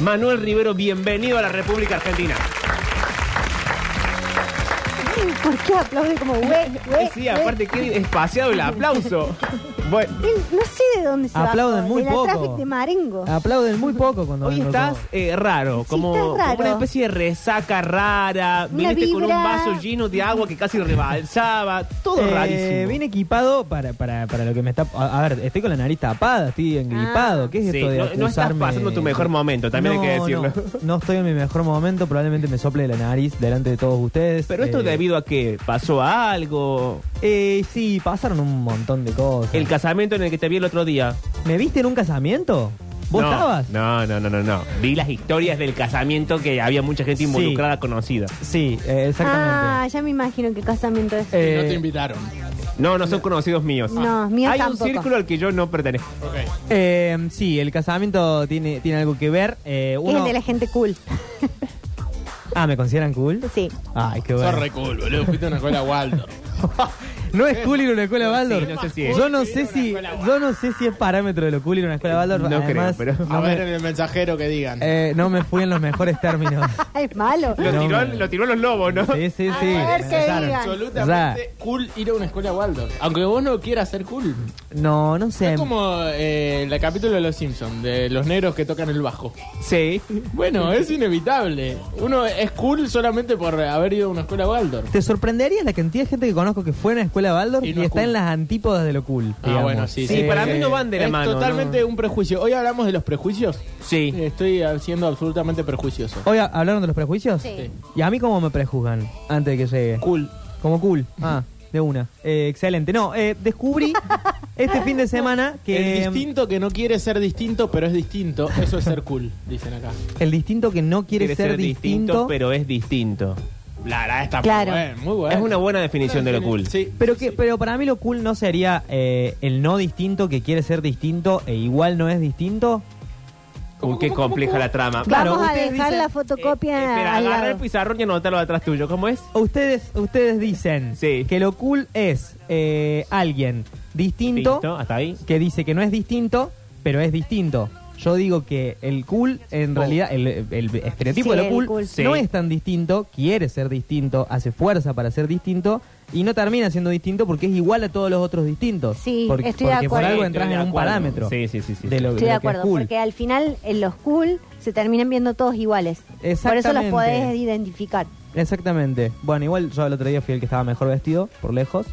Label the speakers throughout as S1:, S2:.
S1: Manuel Rivero, bienvenido a la República Argentina.
S2: ¿Por qué aplaude como güey, güey,
S1: Eh, Sí,
S2: güey?
S1: aparte, qué espaciado el aplauso. Bueno,
S2: Él No sé de dónde se
S3: Aplauden
S2: bajó,
S3: muy
S2: de
S3: poco. Ah,
S2: La traffic de Marengo.
S3: Aplauden muy poco cuando
S1: hoy
S3: vengo
S1: estás eh, raro, como,
S2: estás raro.
S1: como una especie de resaca rara. Viniste con un
S2: vibra.
S1: vaso lleno de agua que casi rebalsaba. Todo
S3: Eh,
S1: rarísimo.
S3: Vine equipado para, para, para lo que me está. A, a ver, estoy con la nariz tapada, estoy engripado.
S2: Ah.
S3: ¿Qué es
S1: Sí,
S3: esto de
S1: no- no estás
S3: acusarme?
S1: pasando tu mejor momento, también hay que
S3: No,
S1: decirlo.
S3: No, no estoy en mi mejor momento, probablemente me sople la nariz delante de todos ustedes.
S1: Pero esto
S3: Eh,
S1: debido a que pasó a algo.
S3: Eh, sí, pasaron un montón de cosas.
S1: El casamiento en el que te vi el otro día.
S3: ¿Me viste en un casamiento? ¿Vos
S1: No,
S3: estabas?
S1: No, no, no, no, no. Vi las historias del casamiento que había mucha gente
S3: Sí.
S1: involucrada, conocida.
S3: Sí, eh,
S2: Ah,
S3: exactamente.
S2: ya me imagino qué casamiento es.
S3: Eh,
S4: Y no te invitaron.
S1: No, no son conocidos míos.
S2: No, míos
S1: Hay
S2: tampoco.
S1: un círculo al que yo no pertenezco.
S4: Ok.
S3: eh, sí, el casamiento tiene, tiene algo que ver. Eh,
S2: Es
S3: uno...
S2: el de la gente cool.
S3: Ah, ¿me consideran cool?
S2: Sí.
S3: Ay, qué
S4: Sos
S3: bueno.
S4: re cool, boludo. Fuiste a una escuela Waldorf.
S3: No es cool ir a una escuela Baldor.
S1: no sé si es.
S3: Yo no sé si, yo no sé si es parámetro de lo cool ir a una escuela Baldor.
S1: No
S3: Además,
S1: creo, pero-
S3: no
S4: A
S3: me,
S4: ver en el mensajero que digan.
S3: eh, no me fui en los mejores términos.
S2: Es malo.
S1: Lo,
S3: No,
S1: tiró,
S3: no.
S1: lo tiró los lobos, ¿no?
S3: Sí, sí,
S2: A
S3: sí.
S2: ver
S3: me
S2: qué
S3: mataron.
S2: digan.
S4: Absolutamente cool ir a una escuela Waldorf. Aunque vos no quieras ser cool.
S3: No, no sé.
S4: Es como eh, el capítulo de Los Simpsons, de los negros que tocan el bajo.
S1: Sí.
S4: Bueno, es inevitable. Uno es cool solamente por haber ido a una escuela Waldorf.
S3: Te sorprendería la cantidad de gente que conozco que fue a una escuela Baldor
S4: Y
S3: y,
S4: no es
S3: está
S4: cool.
S3: en las antípodas de lo cool.
S4: Ah,
S3: digamos.
S4: bueno, sí.
S1: Sí, para mí no van de la
S4: es
S1: mano,
S4: totalmente
S1: ¿no?
S4: un prejuicio. Hoy hablamos de los prejuicios.
S3: Eh,
S1: Sí.
S4: Estoy siendo absolutamente prejuicioso.
S3: Hoy ha- hablaron de los prejuicios.
S2: Sí.
S1: Ah,
S3: ¿Y a mí cómo me prejuzgan antes de que llegue?
S4: Cool.
S3: Como cool. Ah, de una. Eh, excelente. No, eh, descubrí este fin de semana que... em,
S4: El distinto que no quiere ser distinto, pero es distinto, eso es ser cool, dicen acá.
S3: El distinto que no quiere, ser, distinto, pero...
S1: pero es distinto. La verdad está
S2: Claro.
S4: Bueno, muy bueno.
S1: Es una buena definición de lo cool.
S4: Sí.
S3: que, pero para mí lo cool no sería eh, el no distinto que quiere ser distinto e igual no es distinto.
S1: Uy, qué compleja la trama.
S3: Claro,
S2: Vamos a
S3: ustedes
S2: dejar
S3: dicen-
S2: la
S1: Eh,
S2: fotocopia
S1: espera,
S2: al
S1: agarra el
S2: lado.
S1: pizarrón y anótalo atrás tuyo. ¿Cómo es?
S3: Ustedes, ustedes dicen
S1: Sí.
S3: que lo cool es eh, alguien distinto,
S1: Listo, Hasta ahí.
S3: que dice que no es distinto, pero es distinto. Yo digo que el cool, en
S1: Oh.
S3: realidad, el, el estereotipo
S2: Sí,
S3: de lo
S2: el
S3: cool,
S2: cool.
S1: Sí.
S3: no es tan distinto, quiere ser distinto, hace fuerza para ser distinto y no termina siendo distinto porque es igual a todos los otros distintos.
S2: Sí,
S3: porque,
S2: estoy de
S3: porque por
S2: acuerdo.
S3: algo
S1: Sí,
S3: entras
S1: estoy
S3: en
S1: de
S3: un
S1: acuerdo.
S3: parámetro.
S1: Sí, sí, sí, sí.
S3: De
S2: Estoy de
S3: lo, lo que es
S2: acuerdo,
S3: cool.
S2: porque al final en los cool se terminan viendo todos iguales. Por eso los
S3: Exactamente. Eh,
S2: podés identificar.
S3: Exactamente. Bueno, igual yo el otro día fui el que estaba mejor vestido, por lejos.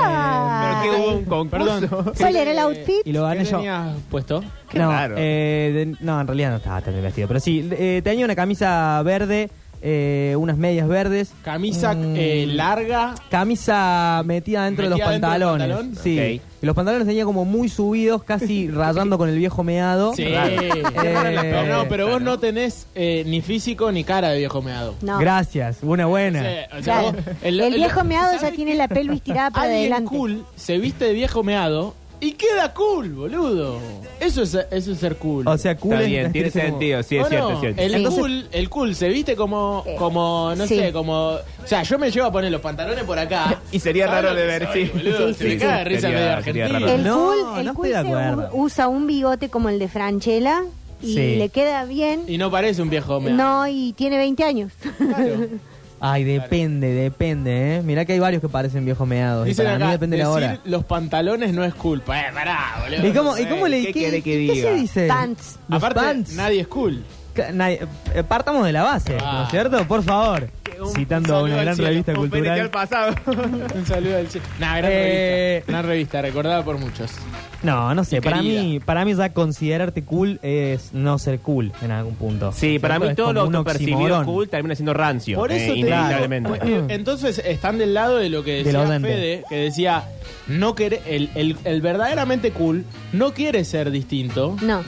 S2: ¡Ah!
S1: Pero que hubo un concurso.
S4: Perdón.
S2: ¿Cuál era el
S1: Eh,
S2: outfit?
S3: Y lo gané
S4: ¿Qué
S3: yo.
S4: tenías puesto?
S1: Qué
S3: no,
S1: raro.
S3: eh, de- no, en realidad no estaba tan bien vestido. Pero sí, eh, tenía una camisa verde, eh, unas medias verdes.
S4: Camisa
S3: mm,
S4: eh, larga.
S3: Camisa metida dentro
S4: ¿Metida
S3: de los
S4: dentro del
S3: pantalones.
S4: pantalón?
S3: Sí.
S1: Ok.
S3: Y los pantalones tenía como muy subidos, casi rayando con el viejo meado.
S4: Sí.
S1: Claro.
S4: Pero no, pero vos
S1: Claro.
S4: no tenés eh, ni físico ni cara de viejo meado.
S2: No.
S3: Gracias, una buena.
S4: Sí, o sea,
S2: Claro.
S4: vos-
S2: El, viejo meado ya tiene la pelvis tirada para
S4: Alguien
S2: adelante.
S4: cool se viste de viejo meado y queda cool, boludo. Eso es, eso es ser cool.
S3: O sea, cool
S1: Está
S3: es-
S1: bien, tiene
S3: es como-
S1: sentido. Sí, es
S4: ¿O
S1: cierto,
S4: no?
S1: es cierto.
S4: El
S2: Sí.
S4: cool, el cool se viste como,
S2: Eh,
S4: como no
S2: sí.
S4: sé, como, o sea, yo me llevo a poner los pantalones por acá.
S1: Y sería
S4: ¿Sabes
S1: raro
S4: lo
S1: de
S4: que
S1: ver,
S4: soy,
S1: sí.
S4: boludo?
S2: Sí,
S4: se
S2: sí,
S4: me
S2: sí.
S4: cae de risa
S1: Sería-
S4: medio
S1: sería
S4: argentino.
S1: raro.
S2: El
S3: No,
S2: cool,
S3: no
S2: el
S3: estoy
S2: cool
S3: de
S2: se
S3: acuerdo.
S2: u- usa un bigote como el de Franchella y
S3: Sí.
S2: le queda bien.
S4: Y no parece un viejo meado.
S2: No, y tiene 20 años.
S4: Claro.
S3: Ay, depende, depende, ¿eh? Mirá que hay varios que parecen viejos meados. Y
S4: Dicen
S3: para
S4: acá,
S3: mí depende de
S4: decir
S3: la hora.
S4: los pantalones no es culpa. Eh, pará, boludo.
S3: ¿Y cómo,
S4: No
S3: y
S4: sé.
S3: cómo le
S1: ¿qué quiere que
S3: qué- qué
S1: diga?
S3: se dice?
S2: Pants.
S3: Los
S4: Aparte,
S3: pants.
S4: nadie es cool.
S3: Ca- nadie- eh, partamos de la base,
S4: Ah.
S3: ¿no es cierto? Por favor.
S1: Un
S3: Citando a
S4: saludo
S3: una
S4: al
S3: gran
S4: cielo,
S3: revista
S1: Un PNT al
S3: cultural.
S1: pasado.
S4: Un saludo al chico. Nah, gran
S3: Eh,
S4: revista. Gran revista, recordada por muchos.
S3: No, no
S4: Y
S3: sé. Para
S4: querida.
S3: mí, para mí ya considerarte cool es no ser cool en algún punto.
S1: Sí, para
S3: ¿Cierto?
S1: mí
S3: Es
S1: todo
S3: como
S1: lo
S3: un
S1: que percibido
S3: oxímoron.
S1: cool termina siendo rancio.
S4: Por eso
S1: eh,
S4: te digo,
S1: inevitablemente.
S4: eh, Entonces están del lado de lo que
S3: Del
S4: decía
S3: oyente.
S4: Fede, que decía, no quere- el, el- el verdaderamente cool no quiere ser distinto,
S2: No.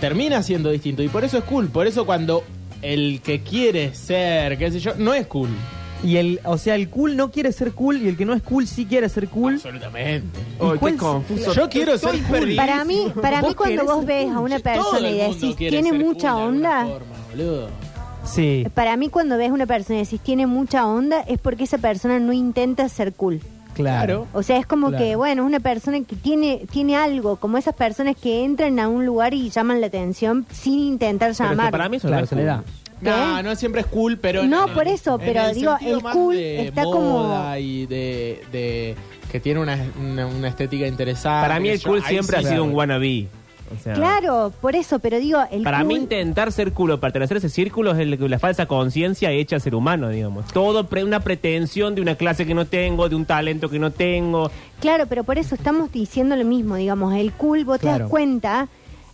S4: termina siendo distinto y por eso es cool, por eso cuando el que quiere ser, qué sé yo, no es cool.
S3: Y el, o sea, el cool no quiere ser cool y el que no es cool sí quiere ser cool.
S4: Absolutamente.
S1: Oh,
S3: ¿Y cuál
S1: qué
S3: es-
S1: confuso.
S4: Yo quiero
S1: Estoy
S4: ser cool.
S1: perdido.
S2: Para mí, para mí
S4: Vos
S2: cuando
S4: querés
S2: vos
S4: ser
S2: ves a
S4: cool.
S2: una
S4: Todo
S2: persona
S4: el
S2: y
S4: mundo
S2: decís,
S4: quiere
S2: tiene
S4: ser
S2: mucha
S4: cool de alguna
S2: onda, eh,
S4: forma, boludo.
S3: Sí.
S2: para mí cuando ves a una persona y decís, tiene mucha onda, es porque esa persona no intenta ser cool.
S4: Claro.
S2: O sea, es como
S4: Claro.
S2: que, bueno, es una persona que tiene, tiene algo, como esas personas que entran a un lugar y llaman la atención sin intentar
S1: Pero es que
S2: llamar.
S1: para mí eso
S3: Claro,
S1: no es
S3: se le da.
S1: cool.
S4: No, no siempre es cool, pero... en-
S2: No,
S4: en-
S2: por eso,
S4: en
S2: pero
S4: el
S2: digo,
S4: sentido
S2: el
S4: más
S2: cool
S4: de
S2: está
S4: moda
S2: como-
S4: y de, de- que tiene una, una- una estética interesante.
S1: Para mí el
S4: Ah, Yo-
S1: cool
S4: ahí
S1: siempre
S4: sí.
S1: ha sido un wannabe. O sea,
S2: Claro, por eso, pero digo, el
S1: Para mí
S2: cool-
S1: intentar ser culo, pertenecer a ese círculo es el- la falsa conciencia hecha al ser humano, digamos. Todo pre- una pretensión de una clase que no tengo, de un talento que no tengo.
S2: Claro, pero por eso estamos diciendo lo mismo, digamos, el cool, vos te
S3: Claro.
S2: das cuenta,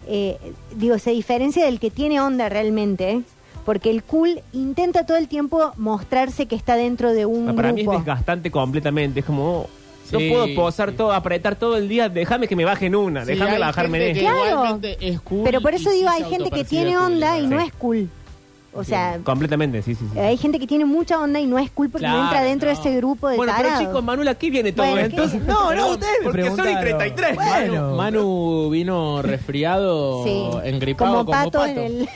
S2: eh, digo, se diferencia del que tiene onda realmente, ¿eh? porque el cool intenta todo el tiempo mostrarse que está dentro de un
S1: Ah, para mí es
S2: grupo.
S1: desgastante completamente. Es como, oh, no
S4: Sí,
S1: puedo posar
S4: sí.
S1: todo, apretar todo el día. Déjame que me bajen una,
S4: Sí,
S1: déjame
S4: hay
S1: bajarme de
S4: gente
S1: esto.
S4: que
S2: Claro.
S4: igualmente es cool
S2: pero por
S4: y
S2: eso
S4: sí
S2: digo,
S4: se
S2: hay gente que
S4: autopercibe
S2: tiene
S4: cool,
S2: onda y
S4: digamos.
S2: no
S1: Sí.
S2: es cool. O sea,
S1: Completamente, sí, sí, sí.
S2: hay gente que tiene mucha onda y no es cool porque
S4: Claro,
S2: no entra dentro
S4: no.
S2: de ese grupo de
S1: Bueno, pero
S2: tarados.
S1: chicos, Manuel, aquí viene todo
S2: Bueno,
S1: esto?
S2: ¿qué?
S1: No, no, ustedes me
S3: Porque soy
S1: preguntaron.
S3: 33.
S4: Manu,
S3: Bueno.
S4: Manu vino resfriado,
S2: Sí.
S4: engripado
S2: como pato, en el...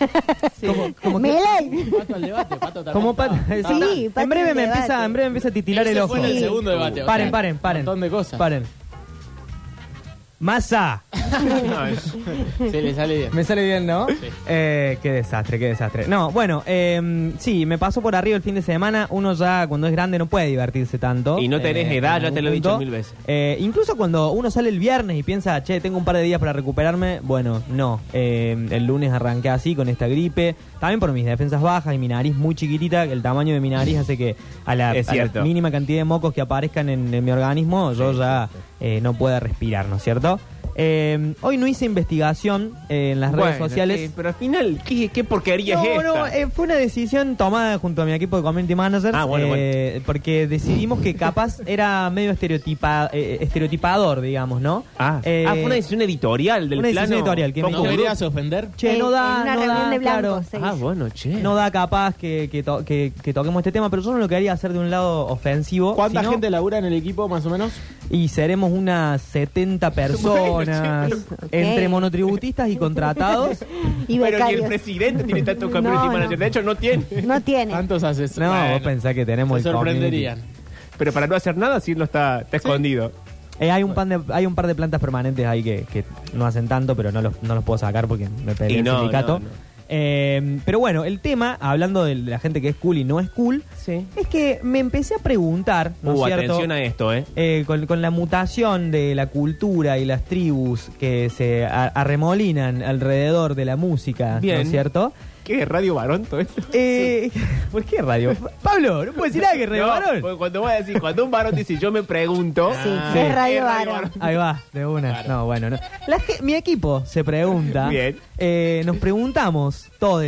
S3: Como- como que-
S2: Melel.
S4: Pato al debate, pato está-
S3: Como pa-
S4: está-
S2: Sí,
S4: está-
S2: pato
S3: en breve
S2: en
S3: me
S2: debate.
S3: empieza, en breve empieza a titilar
S4: Ese
S3: el ojo.
S4: fue en el
S2: Sí.
S4: segundo debate. o
S3: Paren,
S4: sea,
S3: paren, paren.
S4: Un montón de cosas.
S3: Paren. Masa.
S1: No, es-
S4: Se le sale bien.
S3: Me sale bien, ¿no? Eh, qué desastre, qué desastre. No, bueno, eh, sí, me pasó por arriba el fin de semana. Uno ya cuando es grande no puede divertirse tanto. Eh,
S1: Y no tenés edad, ya
S3: en
S1: te
S3: algún
S1: lo he dicho mil veces.
S3: Eh, incluso cuando uno sale el viernes y piensa, che, tengo un par de días para recuperarme, bueno, no. Eh, el lunes arranqué así con esta gripe. También por mis defensas bajas y mi nariz muy chiquitita, que el tamaño de mi nariz hace que a la,
S1: Es
S3: a la
S1: cierto.
S3: mínima cantidad de mocos que aparezcan en, en mi organismo, yo ya eh, no pueda respirar, ¿no es cierto? Eh, hoy no hice investigación eh, en las redes
S1: Bueno,
S3: sociales.
S1: sí, pero al final, ¿qué, qué porquería es
S3: No,
S1: esta?
S3: no, eh, fue una decisión tomada junto a mi equipo de community managers.
S1: Ah, bueno,
S3: eh, Porque decidimos que capaz era medio estereotipa, eh, estereotipador, digamos, ¿no?
S1: ah,
S3: Eh,
S1: ah, fue una decisión editorial del
S3: una
S1: plano.
S3: decisión editorial que me
S1: poco
S3: dijo-
S4: ¿No
S1: bruto.
S4: deberías ofender?
S3: Che, no
S2: En-
S3: da,
S2: en una
S3: no
S2: reunión
S3: da,
S2: de blancos,
S3: claro.
S2: se
S1: Ah,
S2: dice.
S1: bueno, che.
S3: No da capaz que, que to- que- que toquemos este tema, pero yo no lo quería hacer de un lado ofensivo.
S4: ¿Cuánta
S3: sino-
S4: gente labura en el equipo, más o menos?
S3: Y seremos unas 70 personas
S2: Ok.
S3: entre monotributistas y contratados.
S1: Pero
S2: Y
S1: ni el
S2: becarios.
S1: presidente tiene tanto
S2: No,
S1: community
S2: no.
S1: manager. De hecho, no tiene.
S2: No tiene.
S4: ¿Cuántos haces?
S3: No,
S4: Bueno,
S3: vos pensás que tenemos
S4: Se
S3: el community.
S4: sorprenderían.
S1: Pero para no hacer nada, sí no está, está escondido.
S3: Eh, hay, un pan de- hay un par de plantas permanentes ahí que, que no hacen tanto, pero no los, no los puedo sacar porque me
S1: Y
S3: pedí el
S1: no,
S3: sindicato.
S1: no, no.
S3: Eh, pero bueno, el tema, hablando de la gente que es cool y no es cool,
S1: Sí.
S3: es que me empecé a preguntar, ¿no es
S1: Uh,
S3: cierto?
S1: atención a esto, ¿eh?
S3: Eh, con, con la mutación de la cultura y las tribus que se a- arremolinan alrededor de la música, ¿no
S1: Bien.
S3: es cierto?
S1: ¿Qué? ¿Radio varón todo esto?
S3: Eh, ¿Por qué radio? Pablo, no puedes decir nada que radio
S1: No,
S3: varón.
S1: porque Cuando voy a decir, cuando un varón dice yo me pregunto,
S2: Sí,
S4: Ah,
S2: es
S1: es
S2: radio
S1: radio
S2: varón.
S3: Ahí va, de una.
S4: Claro.
S3: No, bueno, no. La ge- mi equipo se pregunta.
S1: Bien.
S3: eh, nos preguntamos, todos,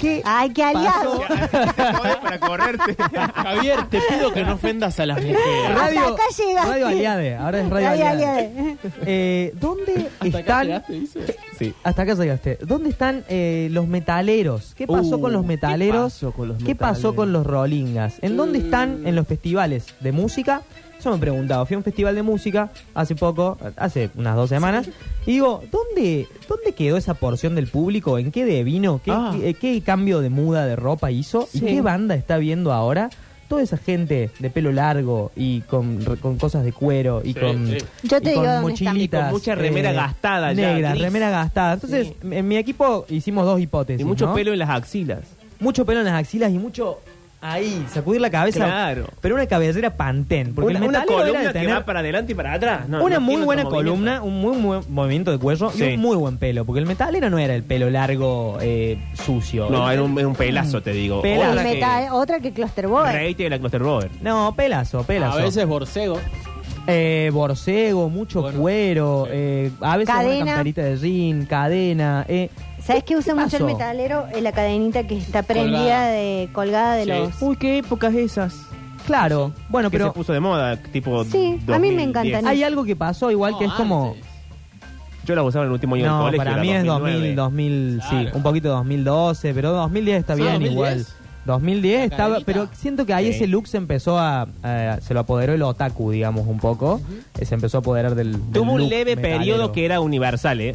S3: ¿qué
S2: Ay, qué aliado.
S3: pasó?
S1: para correrte.
S4: Javier, te pido que no ofendas a las mujeres.
S2: Hasta
S3: Radio,
S2: acá llegaste.
S3: Radio Aliade, ahora es Radio,
S2: Radio
S3: Aliade.
S2: Aliade.
S3: Eh, ¿Dónde
S4: Hasta acá
S3: están?
S4: llegaste, dice.
S1: Sí.
S3: Hasta acá llegaste. ¿Dónde están eh, los metaleros? ¿Qué pasó
S1: Uh,
S3: con los
S1: ¿qué
S3: metaleros?
S1: pasó con los
S3: ¿Qué pasó
S1: metaleros?
S3: con los rolingas? ¿En dónde están en los festivales de música? Yo me he preguntado, fui a un festival de música hace poco, hace unas dos semanas, y digo, ¿dónde, ¿dónde quedó esa porción del público? ¿En qué devino? ¿Qué,
S1: Ah.
S3: qué, eh, qué cambio de muda de ropa hizo? ¿Y
S1: Sí.
S3: qué banda está viendo ahora? Toda esa gente de pelo largo y con, con cosas de cuero y
S4: Sí,
S3: con,
S4: sí.
S2: Yo te
S3: y con
S2: digo dónde están.
S3: mochilitas.
S1: Y
S3: eh,
S1: con mucha remera gastada ya,
S3: Negra,
S1: gris.
S3: remera gastada. Entonces,
S1: Sí.
S3: en mi equipo hicimos dos hipótesis.
S1: Y mucho
S3: ¿no?
S1: pelo en las axilas.
S3: Mucho pelo en las axilas y mucho ahí, sacudir la cabeza.
S1: Claro.
S3: Pero una cabellera pantén. Porque
S1: Una,
S3: el
S1: una
S3: metalero era de
S1: columna que
S3: tener
S1: va para adelante y para atrás. No,
S3: una
S1: no
S3: muy
S1: tiene
S3: buena
S1: otro
S3: columna,
S1: movimiento.
S3: un muy buen movimiento de cuello
S1: Sí.
S3: y un muy buen pelo. Porque el metalero no era el pelo largo, eh, sucio.
S1: No, era un, era un pelazo, te digo.
S3: Pelazo.
S1: Otra
S2: Y
S1: que-
S2: meta- otra que Cluster Boy.
S1: Reite de la Cluster Rover.
S3: No, pelazo, pelazo.
S4: A veces borcego.
S3: Eh, borcego, mucho
S4: Bueno,
S3: cuero,
S4: sí.
S3: eh, a veces
S2: Cadena.
S3: una camperita de jean, cadena. Eh.
S2: ¿Sabes qué usa
S3: ¿Qué
S2: mucho el
S3: pasó?
S2: metalero? Eh, La cadenita que está prendida
S4: Colgada.
S2: de colgada de
S4: Sí.
S2: los.
S3: Uy, qué épocas esas. Claro, bueno,
S1: que
S3: pero
S1: se puso de moda, tipo.
S2: Sí, a mí me
S1: 2010.
S2: encantan.
S3: Hay algo que pasó igual que es
S4: No,
S3: como...
S4: antes.
S1: Yo la usaba en el último año
S3: No,
S1: del colegio.
S3: para
S1: era
S3: mí es
S1: 2009.
S3: 2000, 2000, sí,
S4: Claro.
S3: un poquito 2012, pero 2010 está
S4: Ah,
S3: bien
S4: 2010.
S3: igual. 2010
S4: La
S3: estaba,
S4: cadenita.
S3: pero siento que ahí
S1: Sí.
S3: ese look se empezó a, eh, se lo apoderó el otaku, digamos, un poco. Eh, Se empezó a apoderar del, del
S1: Tuvo un
S3: look
S1: leve
S3: metalero.
S1: periodo que era universal, ¿eh?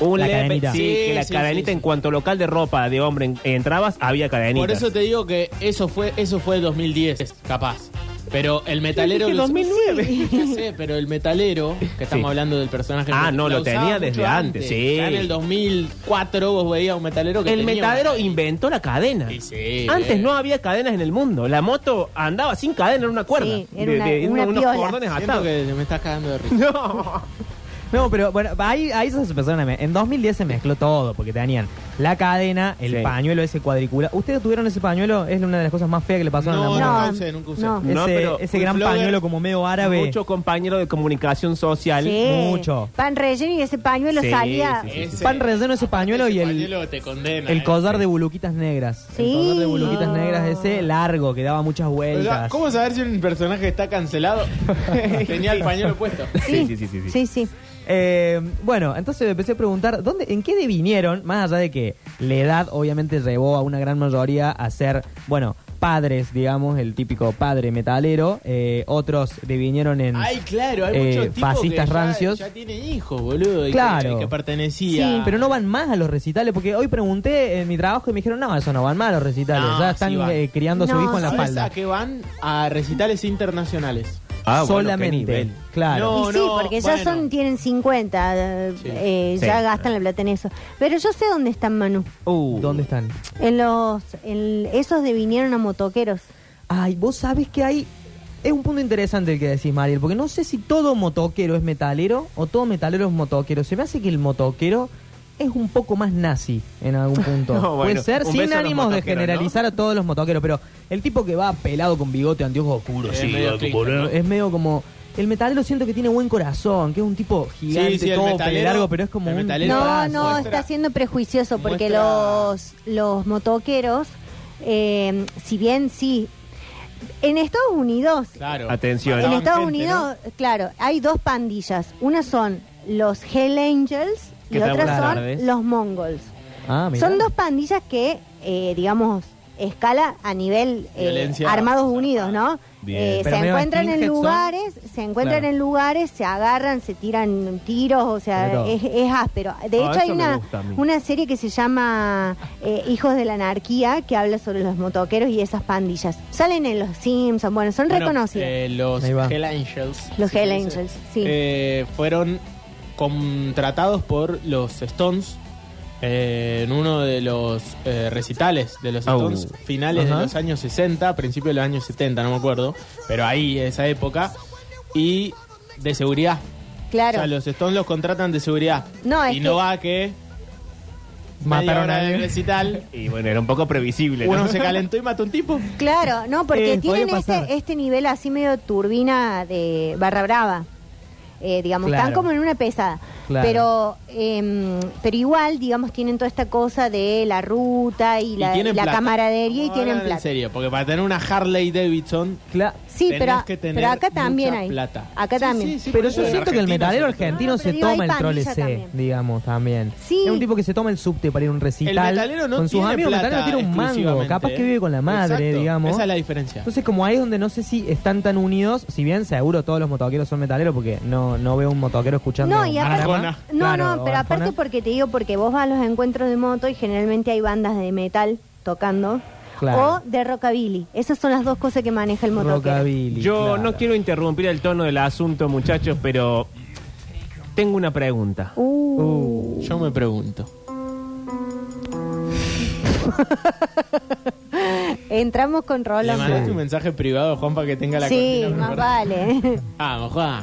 S1: Un
S3: La
S1: leve.
S3: cadenita.
S1: Sí,
S4: Sí,
S1: que la
S4: sí,
S1: cadenita,
S4: sí, sí.
S1: en cuanto local de ropa de hombre en- entrabas, había cadenitas.
S4: Por eso te digo que eso fue eso fue 2010, capaz. Pero el metalero.
S1: Dije
S4: lo-
S1: 2009.
S4: Sí, ya sé, pero el metalero, que estamos
S1: Sí.
S4: hablando del personaje.
S1: Ah, no,
S4: la
S1: lo
S4: usaba
S1: tenía
S4: mucho
S1: desde antes, sí.
S4: Ya en el 2004 vos veías un metalero que
S1: El
S4: tenía
S1: metadero
S4: una-
S1: inventó la cadena.
S4: Sí, sí, eh.
S1: Antes
S4: bien.
S1: no había cadenas en el mundo. La moto andaba sin cadena, era una cuerda.
S2: Sí, era una- una
S1: unos
S2: piola.
S1: cordones
S4: Siento
S1: atados.
S4: que me estás cagando de risa.
S1: No.
S3: No, pero bueno, ahí, ahí se empezaron a me- En 2010 se mezcló todo, porque tenían la cadena, el
S1: Sí.
S3: pañuelo, ese cuadrícula. ¿Ustedes tuvieron ese pañuelo? Es una de las cosas más feas que le pasaron
S4: No,
S3: a la
S4: nunca
S3: moda.
S2: No,
S4: usé, nunca usé.
S2: no.
S3: Ese,
S1: No, pero
S3: ese
S1: un
S3: gran
S4: flogger-
S3: pañuelo como medio árabe.
S1: Mucho compañero de comunicación social.
S2: Sí.
S3: mucho.
S2: Pan relleno y ese pañuelo
S1: Sí,
S2: salía.
S1: sí, sí.
S4: Ese-
S3: Pan relleno, ese
S4: aparte
S3: pañuelo y el-
S4: pañuelo te condena,
S3: El
S4: eh.
S3: collar de buluquitas negras.
S2: Sí.
S3: El collar de buluquitas
S2: Ah.
S3: negras ese largo, que daba muchas
S4: Pero,
S3: vueltas.
S4: ¿Cómo saber si un personaje está cancelado? Tenía el pañuelo puesto.
S1: Sí, sí, sí, sí, sí.
S2: Sí, sí.
S3: Eh, bueno, entonces me empecé a preguntar, ¿dónde, ¿en qué devinieron? Más allá de que la edad obviamente llevó a una gran mayoría a ser, bueno, padres, digamos, el típico padre metalero. eh, otros devinieron en...
S4: Ay, claro, hay
S3: Eh,
S4: muchos tipos
S3: fascistas
S4: que ya-
S3: rancios.
S4: Ya, tiene hijos, boludo. y que-
S3: Claro.
S4: y que pertenecía.
S3: Sí, pero no van más a los recitales, porque hoy pregunté en mi trabajo y me dijeron, no, eso no van más a los recitales,
S4: No,
S3: ya están
S4: sí van.
S3: eh, criando a
S2: No,
S3: su hijo en la
S4: ¿Sabes
S3: falda.
S4: a qué van? A recitales internacionales.
S1: Ah, bueno, qué
S3: Solamente,
S1: nivel.
S3: claro.
S4: No,
S2: y sí,
S4: no,
S2: porque ya
S4: bueno.
S2: son tienen 50, eh,
S4: Sí.
S2: eh,
S1: Sí.
S2: ya gastan la plata en eso. Pero yo sé dónde están Manu.
S1: Uh.
S3: ¿Dónde están?
S2: En los en esos de vinieron a motoqueros.
S3: Ay, vos sabés que hay. Es un punto interesante el que decís, Mariel, porque no sé si todo motoquero es metalero o todo metalero es motoquero. Se me hace que el motoquero es un poco más nazi en algún punto.
S1: No, bueno,
S3: Puede ser,
S1: un
S3: sin
S1: beso a los
S3: ánimos de
S1: motoqueros,
S3: generalizar a todos los motoqueros, pero el tipo que va pelado con bigote, anteojos oscuros,
S4: Es
S3: sí,
S4: Eh, medio
S3: como-
S4: cringe, ¿no?
S3: es medio como. El metalero siento que tiene buen corazón, que es un tipo gigante,
S4: Sí, sí, el
S3: todo
S4: metalero-
S3: pelo largo, pero es como
S4: el
S3: un.
S4: metalero-
S2: No,
S4: brazo.
S2: no,
S4: Muestra-
S2: está siendo prejuicioso porque
S4: muestra-
S2: los los motoqueros, eh, si bien sí, en Estados Unidos
S4: Claro.
S1: Atención.
S2: En
S4: Mataban
S2: Estados
S4: gente, ¿no?
S2: Unidos, claro, hay dos pandillas. Una son los Hell Angels y
S1: ¿Qué tal?
S2: otra
S1: Buenas
S2: son
S1: tardes.
S2: los Mongols.
S3: Ah, mirá.
S2: Son dos pandillas que, eh, digamos, escala a nivel eh,
S4: Violencia.
S2: Armados Unidos, ¿no?
S1: Bien.
S2: Eh, se
S3: Pero medio
S2: encuentran en
S3: skinhead son.
S2: lugares, se encuentran
S3: Claro.
S2: en lugares, se agarran, se tiran tiros, o sea,
S3: Pero-
S2: es, es áspero. De
S1: Ah,
S2: hecho, hay
S1: eso me
S2: una,
S1: gusta a mí.
S2: una serie que se llama eh, Hijos de la Anarquía, que habla sobre los motoqueros y esas pandillas. Salen en los Simpsons, bueno, son
S4: Bueno,
S2: reconocidos.
S4: eh, los
S3: Ahí va.
S4: Hell Angels.
S2: Los
S4: se
S2: Hell
S4: dice,
S2: Angels, sí.
S4: eh, fueron contratados por los Stones eh, en uno de los eh, recitales de los
S1: Au.
S4: Stones finales
S3: Ajá.
S4: de los años 60, principios de los años 70, no me acuerdo, pero ahí, esa época, y de seguridad.
S2: Claro.
S4: O sea, los Stones los contratan de seguridad.
S2: No, es
S4: y no
S2: que-
S4: va que...
S3: Mataron
S4: Mataron
S3: a
S4: al
S3: alguien.
S4: recital,
S1: Y bueno, era un poco previsible. ¿no?
S4: uno se calentó y mató un tipo.
S2: Claro, no, porque
S3: Eh,
S2: tienen
S3: podría
S2: este,
S3: pasar.
S2: este nivel así medio turbina de barra brava. Eh, digamos, están
S3: Claro.
S2: como en una pesada.
S3: Claro.
S2: Pero em, pero igual, digamos, tienen toda esta cosa de la ruta y la,
S4: tienen
S2: la
S4: plata.
S2: camaradería y
S4: No,
S2: tienen
S4: no, no, En
S2: plata.
S4: serio, porque para tener una Harley Davidson
S3: Cla-
S2: Sí,
S4: Tenés
S2: pero,
S4: que tener
S2: pero acá
S4: mucha
S2: también hay.
S4: plata.
S2: Acá
S4: Sí,
S2: también.
S4: sí, sí,
S3: Pero
S4: por
S3: yo
S4: eso en
S3: siento que el
S4: Argentina
S3: metalero
S4: se toma.
S3: argentino
S2: No, pero
S3: se
S2: digo,
S3: toma
S2: hay
S3: el trole
S2: pandilla
S3: C,
S2: también.
S3: digamos, también.
S2: Sí.
S3: Es un tipo que se toma el subte para ir a un recital.
S4: El metalero no
S3: con sus
S4: tiene
S3: amigos el
S4: plata
S3: metalero tiene un mango,
S4: exclusivamente,
S3: capaz
S4: ¿eh?
S3: que vive con la madre,
S4: Exacto,
S3: digamos.
S4: Esa es la diferencia.
S3: Entonces, como ahí es donde no sé si están tan unidos, si bien seguro todos los motoqueros son metaleros, porque no, no veo un motoquero escuchando.
S2: No, y
S3: un
S2: aparte-
S3: Arjona.
S2: No,
S3: Claro,
S2: no,
S3: o
S2: pero aparte
S3: Arjona.
S2: porque te digo, porque vos vas a los encuentros de moto y generalmente hay bandas de metal tocando.
S3: Claro.
S2: O de rockabilly. Esas son las dos cosas que maneja el motoquero.
S3: Rockabilly,
S1: Yo
S3: claro.
S1: no quiero interrumpir el tono del asunto, muchachos, pero tengo una pregunta.
S2: Uh.
S4: Yo me pregunto.
S2: Entramos con
S4: Le
S2: Roland.
S4: mandaste un mensaje privado a Juan para que tenga la
S2: sí,
S4: cortina
S2: más
S4: preparada?
S2: vale.
S4: Vamos, Juan.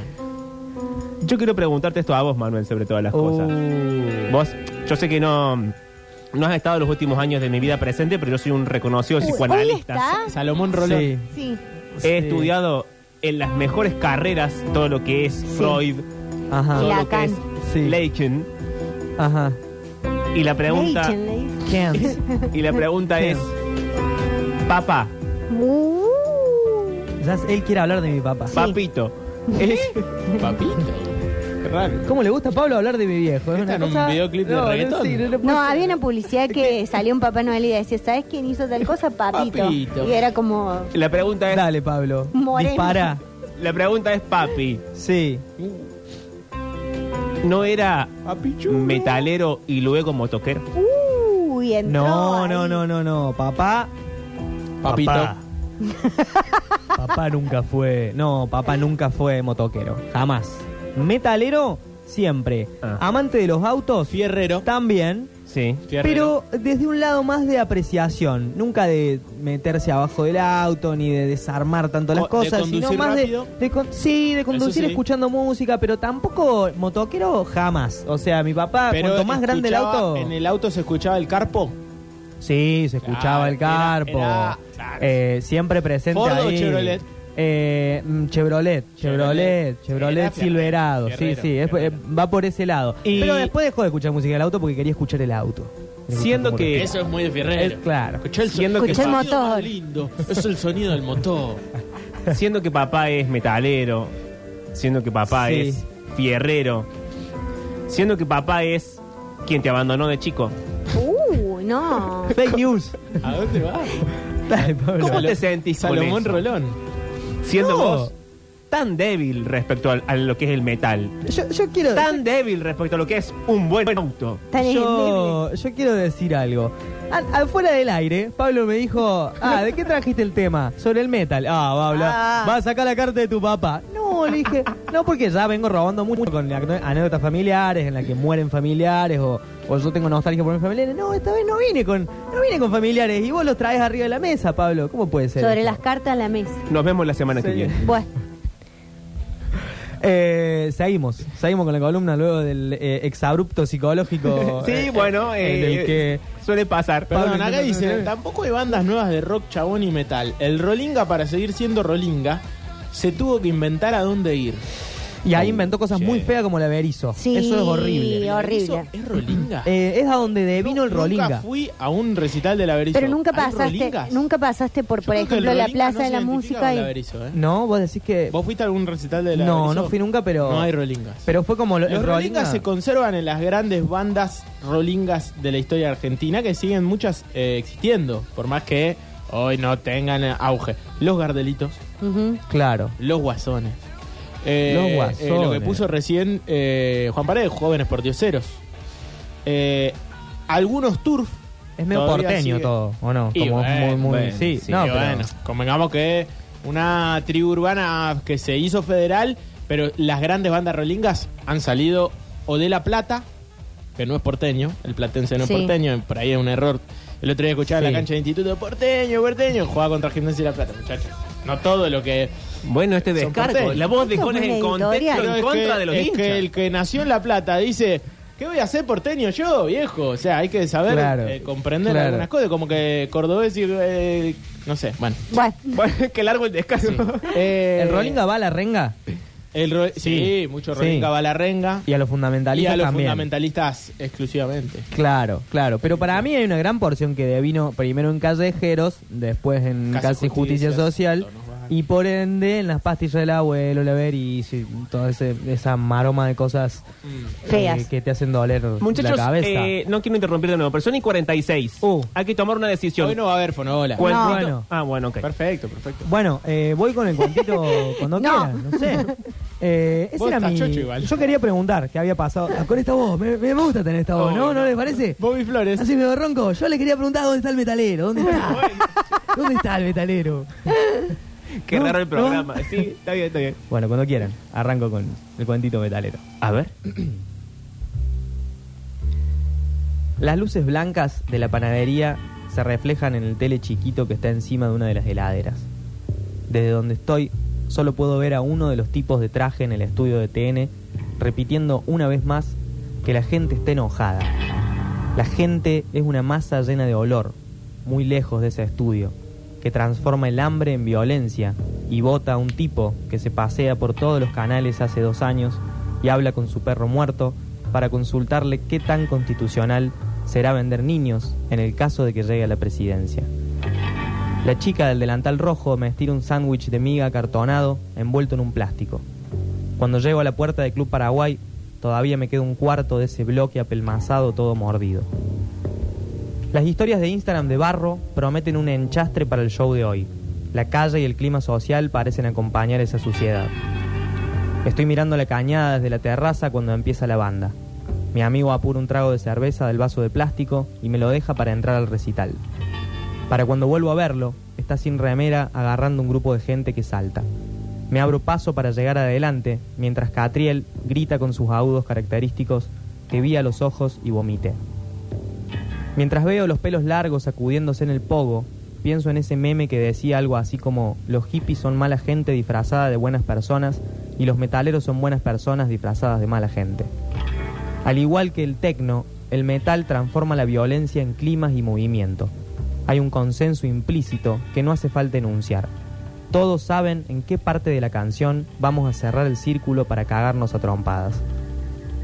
S1: Yo quiero preguntarte esto a vos, Manuel, sobre todas las
S3: Uh.
S1: cosas. Vos, yo sé que no, no has estado los últimos años de mi vida presente, pero yo soy un reconocido
S2: Uy,
S1: psicoanalista.
S2: ¿hoy está?
S4: Salomón Rolón.
S3: Sí.
S2: Sí.
S1: He
S3: Sí.
S1: estudiado en las mejores carreras todo lo que es Freud,
S2: Y
S3: Ajá.
S1: todo
S2: la-
S1: lo que es
S2: Lacan.
S3: Sí.
S1: Lacan.
S3: Ajá.
S1: Y la pregunta,
S2: Leichen, Leichen.
S3: Kent.
S1: y la pregunta es, papá,
S2: Uh.
S3: Ya sé, él quiere hablar de mi papá.
S1: papito, es-
S4: Papito. Qué raro.
S3: ¿Cómo le gusta a Pablo hablar de mi viejo?
S4: ¿Está en un videoclip de reggaetón?
S3: sí, puedo
S2: No,
S3: creer.
S2: había una publicidad que salió un Papá Noel y decía, ¿sabes quién hizo tal cosa? Papito.
S4: Papito.
S2: Y era como...
S1: la pregunta es,
S3: Dale, Pablo.
S2: Moreno.
S3: Dispara.
S1: la pregunta es, papi,
S3: Sí.
S1: ¿no era
S4: Papichu.
S1: metalero y luego motoquero?
S2: Uy, entró
S3: No,
S2: ahí.
S3: no, no, no, no. Papá.
S4: Papito.
S3: Papá. Papá nunca fue. No, papá nunca fue motoquero. Jamás. Metalero, siempre.
S1: Ah.
S3: Amante de los autos,
S4: Fierrero.
S3: también.
S1: Sí.
S4: Fierrero.
S3: Pero desde un lado más de apreciación, nunca de meterse abajo del auto ni de desarmar tanto las
S4: Co- de
S3: cosas, sino
S4: conducir
S3: más de,
S4: rápido.
S3: de con- sí, de conducir
S4: sí.
S3: escuchando música, pero tampoco motoquero jamás. O sea, mi papá,
S4: Pero
S3: ah, cuanto más grande el
S4: escuchaba-
S3: auto,
S4: En el auto se escuchaba el carpo.
S3: sí, se escuchaba el
S4: Claro,
S3: carpo,
S4: era- era- claro.
S3: eh, siempre presente
S4: Ford o
S3: ahí.
S4: Chevrolet.
S3: Eh, mm, Chevrolet, Chevrolet,
S4: Chevrolet.
S3: Chevrolet
S4: Era
S3: Silverado, sí,
S4: Fierrero,
S3: sí, es-
S4: Fierrero.
S3: eh, va por ese lado.
S1: Y-
S3: Pero después dejó de escuchar música del auto porque quería escuchar el auto.
S1: Siendo que-
S3: Escuchar
S4: Eso es muy de
S3: cómo
S4: Fierrero.
S3: respiras. Es- claro.
S4: Escuchá el,
S1: Siendo
S4: sonido
S1: que-
S4: el
S2: Escuchá el
S4: sonido
S2: motor.
S4: más lindo. Es el sonido del motor.
S1: Siendo que papá es metalero, siendo que papá
S3: Sí.
S1: es fierrero, siendo que papá es quien te abandonó de chico.
S2: Uh, no.
S3: Fake news.
S4: ¿A dónde va?
S3: Dale, Pablo.
S1: ¿Cómo te sentís con
S4: Salomón
S1: eso?
S4: Rolón.
S1: Siendo
S3: No.
S1: vos tan débil respecto al- a lo que es el metal.
S3: Yo, yo quiero.
S1: Tan débil respecto a lo que es un buen auto.
S2: Tan endeble.
S3: yo, yo quiero decir algo. A- Afuera del aire, Pablo me dijo, ah, ¿de qué trajiste el tema? Sobre el metal. Ah, va a hablar.
S2: Ah.
S3: Va a sacar la carta de tu papá. No, le dije, no, porque ya vengo robando mucho con ac- anécdotas familiares, en la que mueren familiares, o, o yo tengo nostalgia por mis familiares. No, esta vez no vine con, no vine con familiares, y vos los traes arriba de la mesa, Pablo. ¿Cómo puede ser?
S2: Sobre
S3: esto?
S2: las cartas a la mesa.
S1: Nos vemos la semana que
S3: Sí.
S1: viene.
S2: Bueno,
S3: Eh, seguimos, seguimos con la columna luego del eh, exabrupto psicológico.
S1: Sí,
S3: eh,
S1: bueno,
S3: en
S1: eh,
S3: el que
S1: suele pasar.
S3: Pablo,
S4: Perdón,
S3: no,
S4: acá
S3: no, no,
S4: dicen,
S3: no.
S4: tampoco hay bandas nuevas de rock, chabón y metal. El Rolinga, para seguir siendo Rolinga, se tuvo que inventar a dónde ir.
S3: Y ahí inventó cosas
S1: Oh, Che.
S3: muy feas como la Berizo.
S2: Sí.
S3: Eso es horrible.
S2: Sí, horrible.
S4: ¿Eso ¿Es Rolinga?
S3: Eh, es a donde devino el
S4: Nunca
S3: Rolinga.
S4: fui a un recital de la Berizo.
S2: pero nunca
S4: ¿Hay
S2: pasaste,
S4: Rolingas?
S2: nunca pasaste por,
S4: Yo
S2: por
S4: creo que el
S2: ejemplo, la Plaza
S4: Rolinga no
S2: de
S4: se
S2: la
S4: identifica
S2: Música.
S4: con la
S2: Y...
S4: Berizo, ¿eh?
S3: No, vos decís que.
S4: ¿Vos fuiste a algún recital de la
S3: No,
S4: Berizo?
S3: no fui nunca, pero.
S4: No hay Rolingas.
S3: Pero fue como
S4: Los
S3: el
S4: Rolingas
S3: Rolinga.
S4: se conservan en las grandes bandas Rolingas de la historia argentina que siguen muchas eh, existiendo, por más que hoy no tengan eh, auge. Los Gardelitos,
S2: Ujú.
S3: Claro.
S4: los Guasones. Eh,
S3: Los
S4: eh, lo
S3: Guasones.
S4: que puso recién eh, Juan Paredes, Jóvenes Portioseros. Eh, algunos Turf.
S3: Es medio
S4: Todavía
S3: porteño
S4: sigue.
S3: todo, ¿o no?
S4: Y
S3: como muy,
S4: bueno,
S3: muy.
S1: bueno,
S3: sí,
S1: sí,
S3: no,
S4: Y
S3: pero.
S4: bueno, convengamos que una tribu urbana que se hizo federal, pero las grandes bandas rolingas han salido o de La Plata, que no es porteño, el platense no
S2: Sí.
S4: es porteño, por ahí es un error. El otro día escuchaba en
S3: Sí.
S4: la cancha de instituto, porteño, porteño, jugaba contra Gimnasia de La Plata, muchachos. No todo lo que...
S1: Bueno, este
S4: Son
S1: descargo.
S4: porteños.
S1: La voz de
S2: Esto
S1: Cones
S2: es
S1: en
S2: una
S1: contexto,
S2: editorial.
S4: Pero
S1: en
S4: es
S1: contra
S4: que-
S1: de los
S4: Es
S1: hinchas.
S4: que el que nació en La Plata dice... ¿Qué voy a hacer porteño yo, viejo? O sea, hay que saber
S3: Claro.
S4: eh, comprender
S3: Claro.
S4: algunas cosas, como que cordobés y... eh, no sé, bueno.
S2: Bueno,
S1: Bueno, qué largo el descargo.
S4: Eh,
S3: ¿El Rolinga va a la renga?
S4: El ro- sí,
S3: Sí.
S4: mucho
S3: Sí.
S4: Rolinga va a la renga.
S3: Y a los
S4: Y
S3: fundamentalistas
S4: a los
S3: también.
S4: fundamentalistas exclusivamente.
S3: Claro, claro. Pero para mí hay una gran porción que devino primero en callejeros, después en
S4: Casi
S3: casi justicia,
S4: Justicia,
S3: social
S4: Nos Van.
S3: y por ende en las pastillas del abuelo, la ver y sí, toda ese- esa maroma de cosas eh,
S2: Feas.
S3: que te hacen doler la
S1: Muchachos,
S3: cabeza.
S1: eh, no quiero interrumpir de nuevo, pero son y 46.
S3: Uh.
S1: Hay que tomar una decisión.
S4: Hoy no va a haber fonobola.
S1: ¿Cuál-
S2: No.
S1: Bueno. Ah, bueno, ok.
S4: Perfecto, perfecto.
S3: Bueno, eh, voy con el cuentito cuando
S2: No.
S3: quieran, no sé. Eh, ese
S4: Vos
S3: era
S4: estás
S3: mi...
S4: chocho igual.
S3: Yo quería preguntar qué había pasado. Ah, con esta voz, me, me gusta tener esta voz,
S1: Oh,
S3: ¿no? ¿No
S1: no.
S3: les parece?
S4: Bobby Flores.
S3: Así me ronco. Yo le quería preguntar dónde está el metalero, dónde está. ¿Dónde está el metalero?
S1: Qué
S3: No,
S1: raro el
S3: no.
S1: programa. Sí, está bien, está bien.
S3: Bueno, cuando quieran, arranco con el cuentito metalero.
S1: A ver.
S3: Las luces blancas de la panadería se reflejan en el tele chiquito que está encima de una de las heladeras. Desde donde estoy, solo puedo ver a uno de los tipos de traje en el estudio de TN repitiendo una vez más que la gente está enojada. La gente es una masa llena de olor, muy lejos de ese estudio, que transforma el hambre en violencia y vota a un tipo que se pasea por todos los canales hace dos años y habla con su perro muerto para consultarle qué tan constitucional será vender niños en el caso de que llegue a la presidencia. La chica del delantal rojo me estira un sándwich de miga acartonado envuelto en un plástico. Cuando llego a la puerta del Club Paraguay, todavía me queda un cuarto de ese bloque apelmazado todo mordido. Las historias de Instagram de Barro prometen un enchastre para el show de hoy. La calle y el clima social parecen acompañar esa suciedad. Estoy mirando la cañada desde la terraza cuando empieza la banda. Mi amigo apura un trago de cerveza del vaso de plástico y me lo deja para entrar al recital. Para cuando vuelvo a verlo, está sin remera agarrando un grupo de gente que salta. Me abro paso para llegar adelante, mientras Catriel grita con sus agudos característicos que vi a los ojos y vomité. Mientras veo los pelos largos sacudiéndose en el pogo, pienso en ese meme que decía algo así como los hippies son mala gente disfrazada de buenas personas y los metaleros son buenas personas disfrazadas de mala gente. Al igual que el tecno, el metal transforma la violencia en climas y movimiento. Hay un consenso implícito que no hace falta enunciar. Todos saben en qué parte de la canción vamos a cerrar el círculo para cagarnos a trompadas.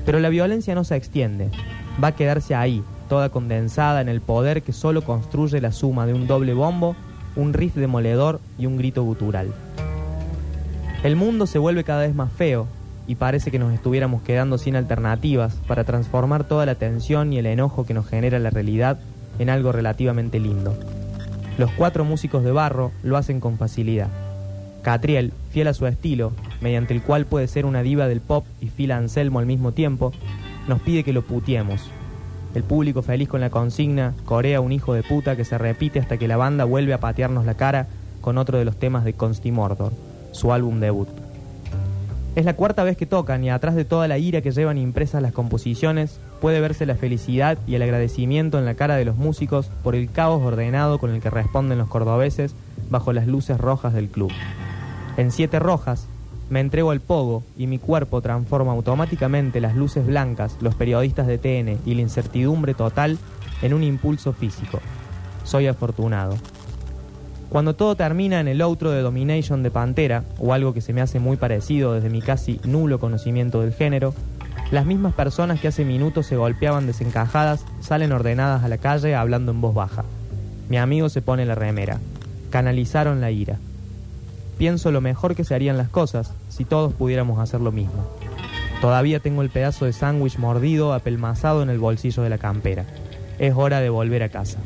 S3: Pero la violencia no se extiende, va a quedarse ahí, toda condensada en el poder que solo construye la suma de un doble bombo, un riff demoledor y un grito gutural. El mundo se vuelve cada vez más feo y parece que nos estuviéramos quedando sin alternativas para transformar toda la tensión y el enojo que nos genera la realidad en algo relativamente lindo. Los cuatro músicos de barro lo hacen con facilidad. Catriel, fiel a su estilo, mediante el cual puede ser una diva del pop y Phil Anselmo al mismo tiempo, nos pide que lo puteemos, el público feliz con la consigna corea un hijo de puta que se repite hasta que la banda vuelve a patearnos la cara con otro de los temas de Consti Mordor, su álbum debut. Es la cuarta vez que tocan y atrás de toda la ira que llevan impresas las composiciones puede verse la felicidad y el agradecimiento en la cara de los músicos por el caos ordenado con el que responden los cordobeses bajo las luces rojas del club. En Siete Rojas, me entrego al pogo y mi cuerpo transforma automáticamente las luces blancas, los periodistas de TN y la incertidumbre total en un impulso físico. Soy afortunado. Cuando todo termina en el outro de Domination de Pantera, o algo que se me hace muy parecido desde mi casi nulo conocimiento del género, las mismas personas que hace minutos se golpeaban desencajadas salen ordenadas a la calle hablando en voz baja. Mi amigo se pone la remera. Canalizaron la ira pienso lo mejor que se harían las cosas si todos pudiéramos hacer lo mismo. Todavía tengo el pedazo de sándwich mordido apelmazado en el bolsillo de la campera. Es hora de volver a casa.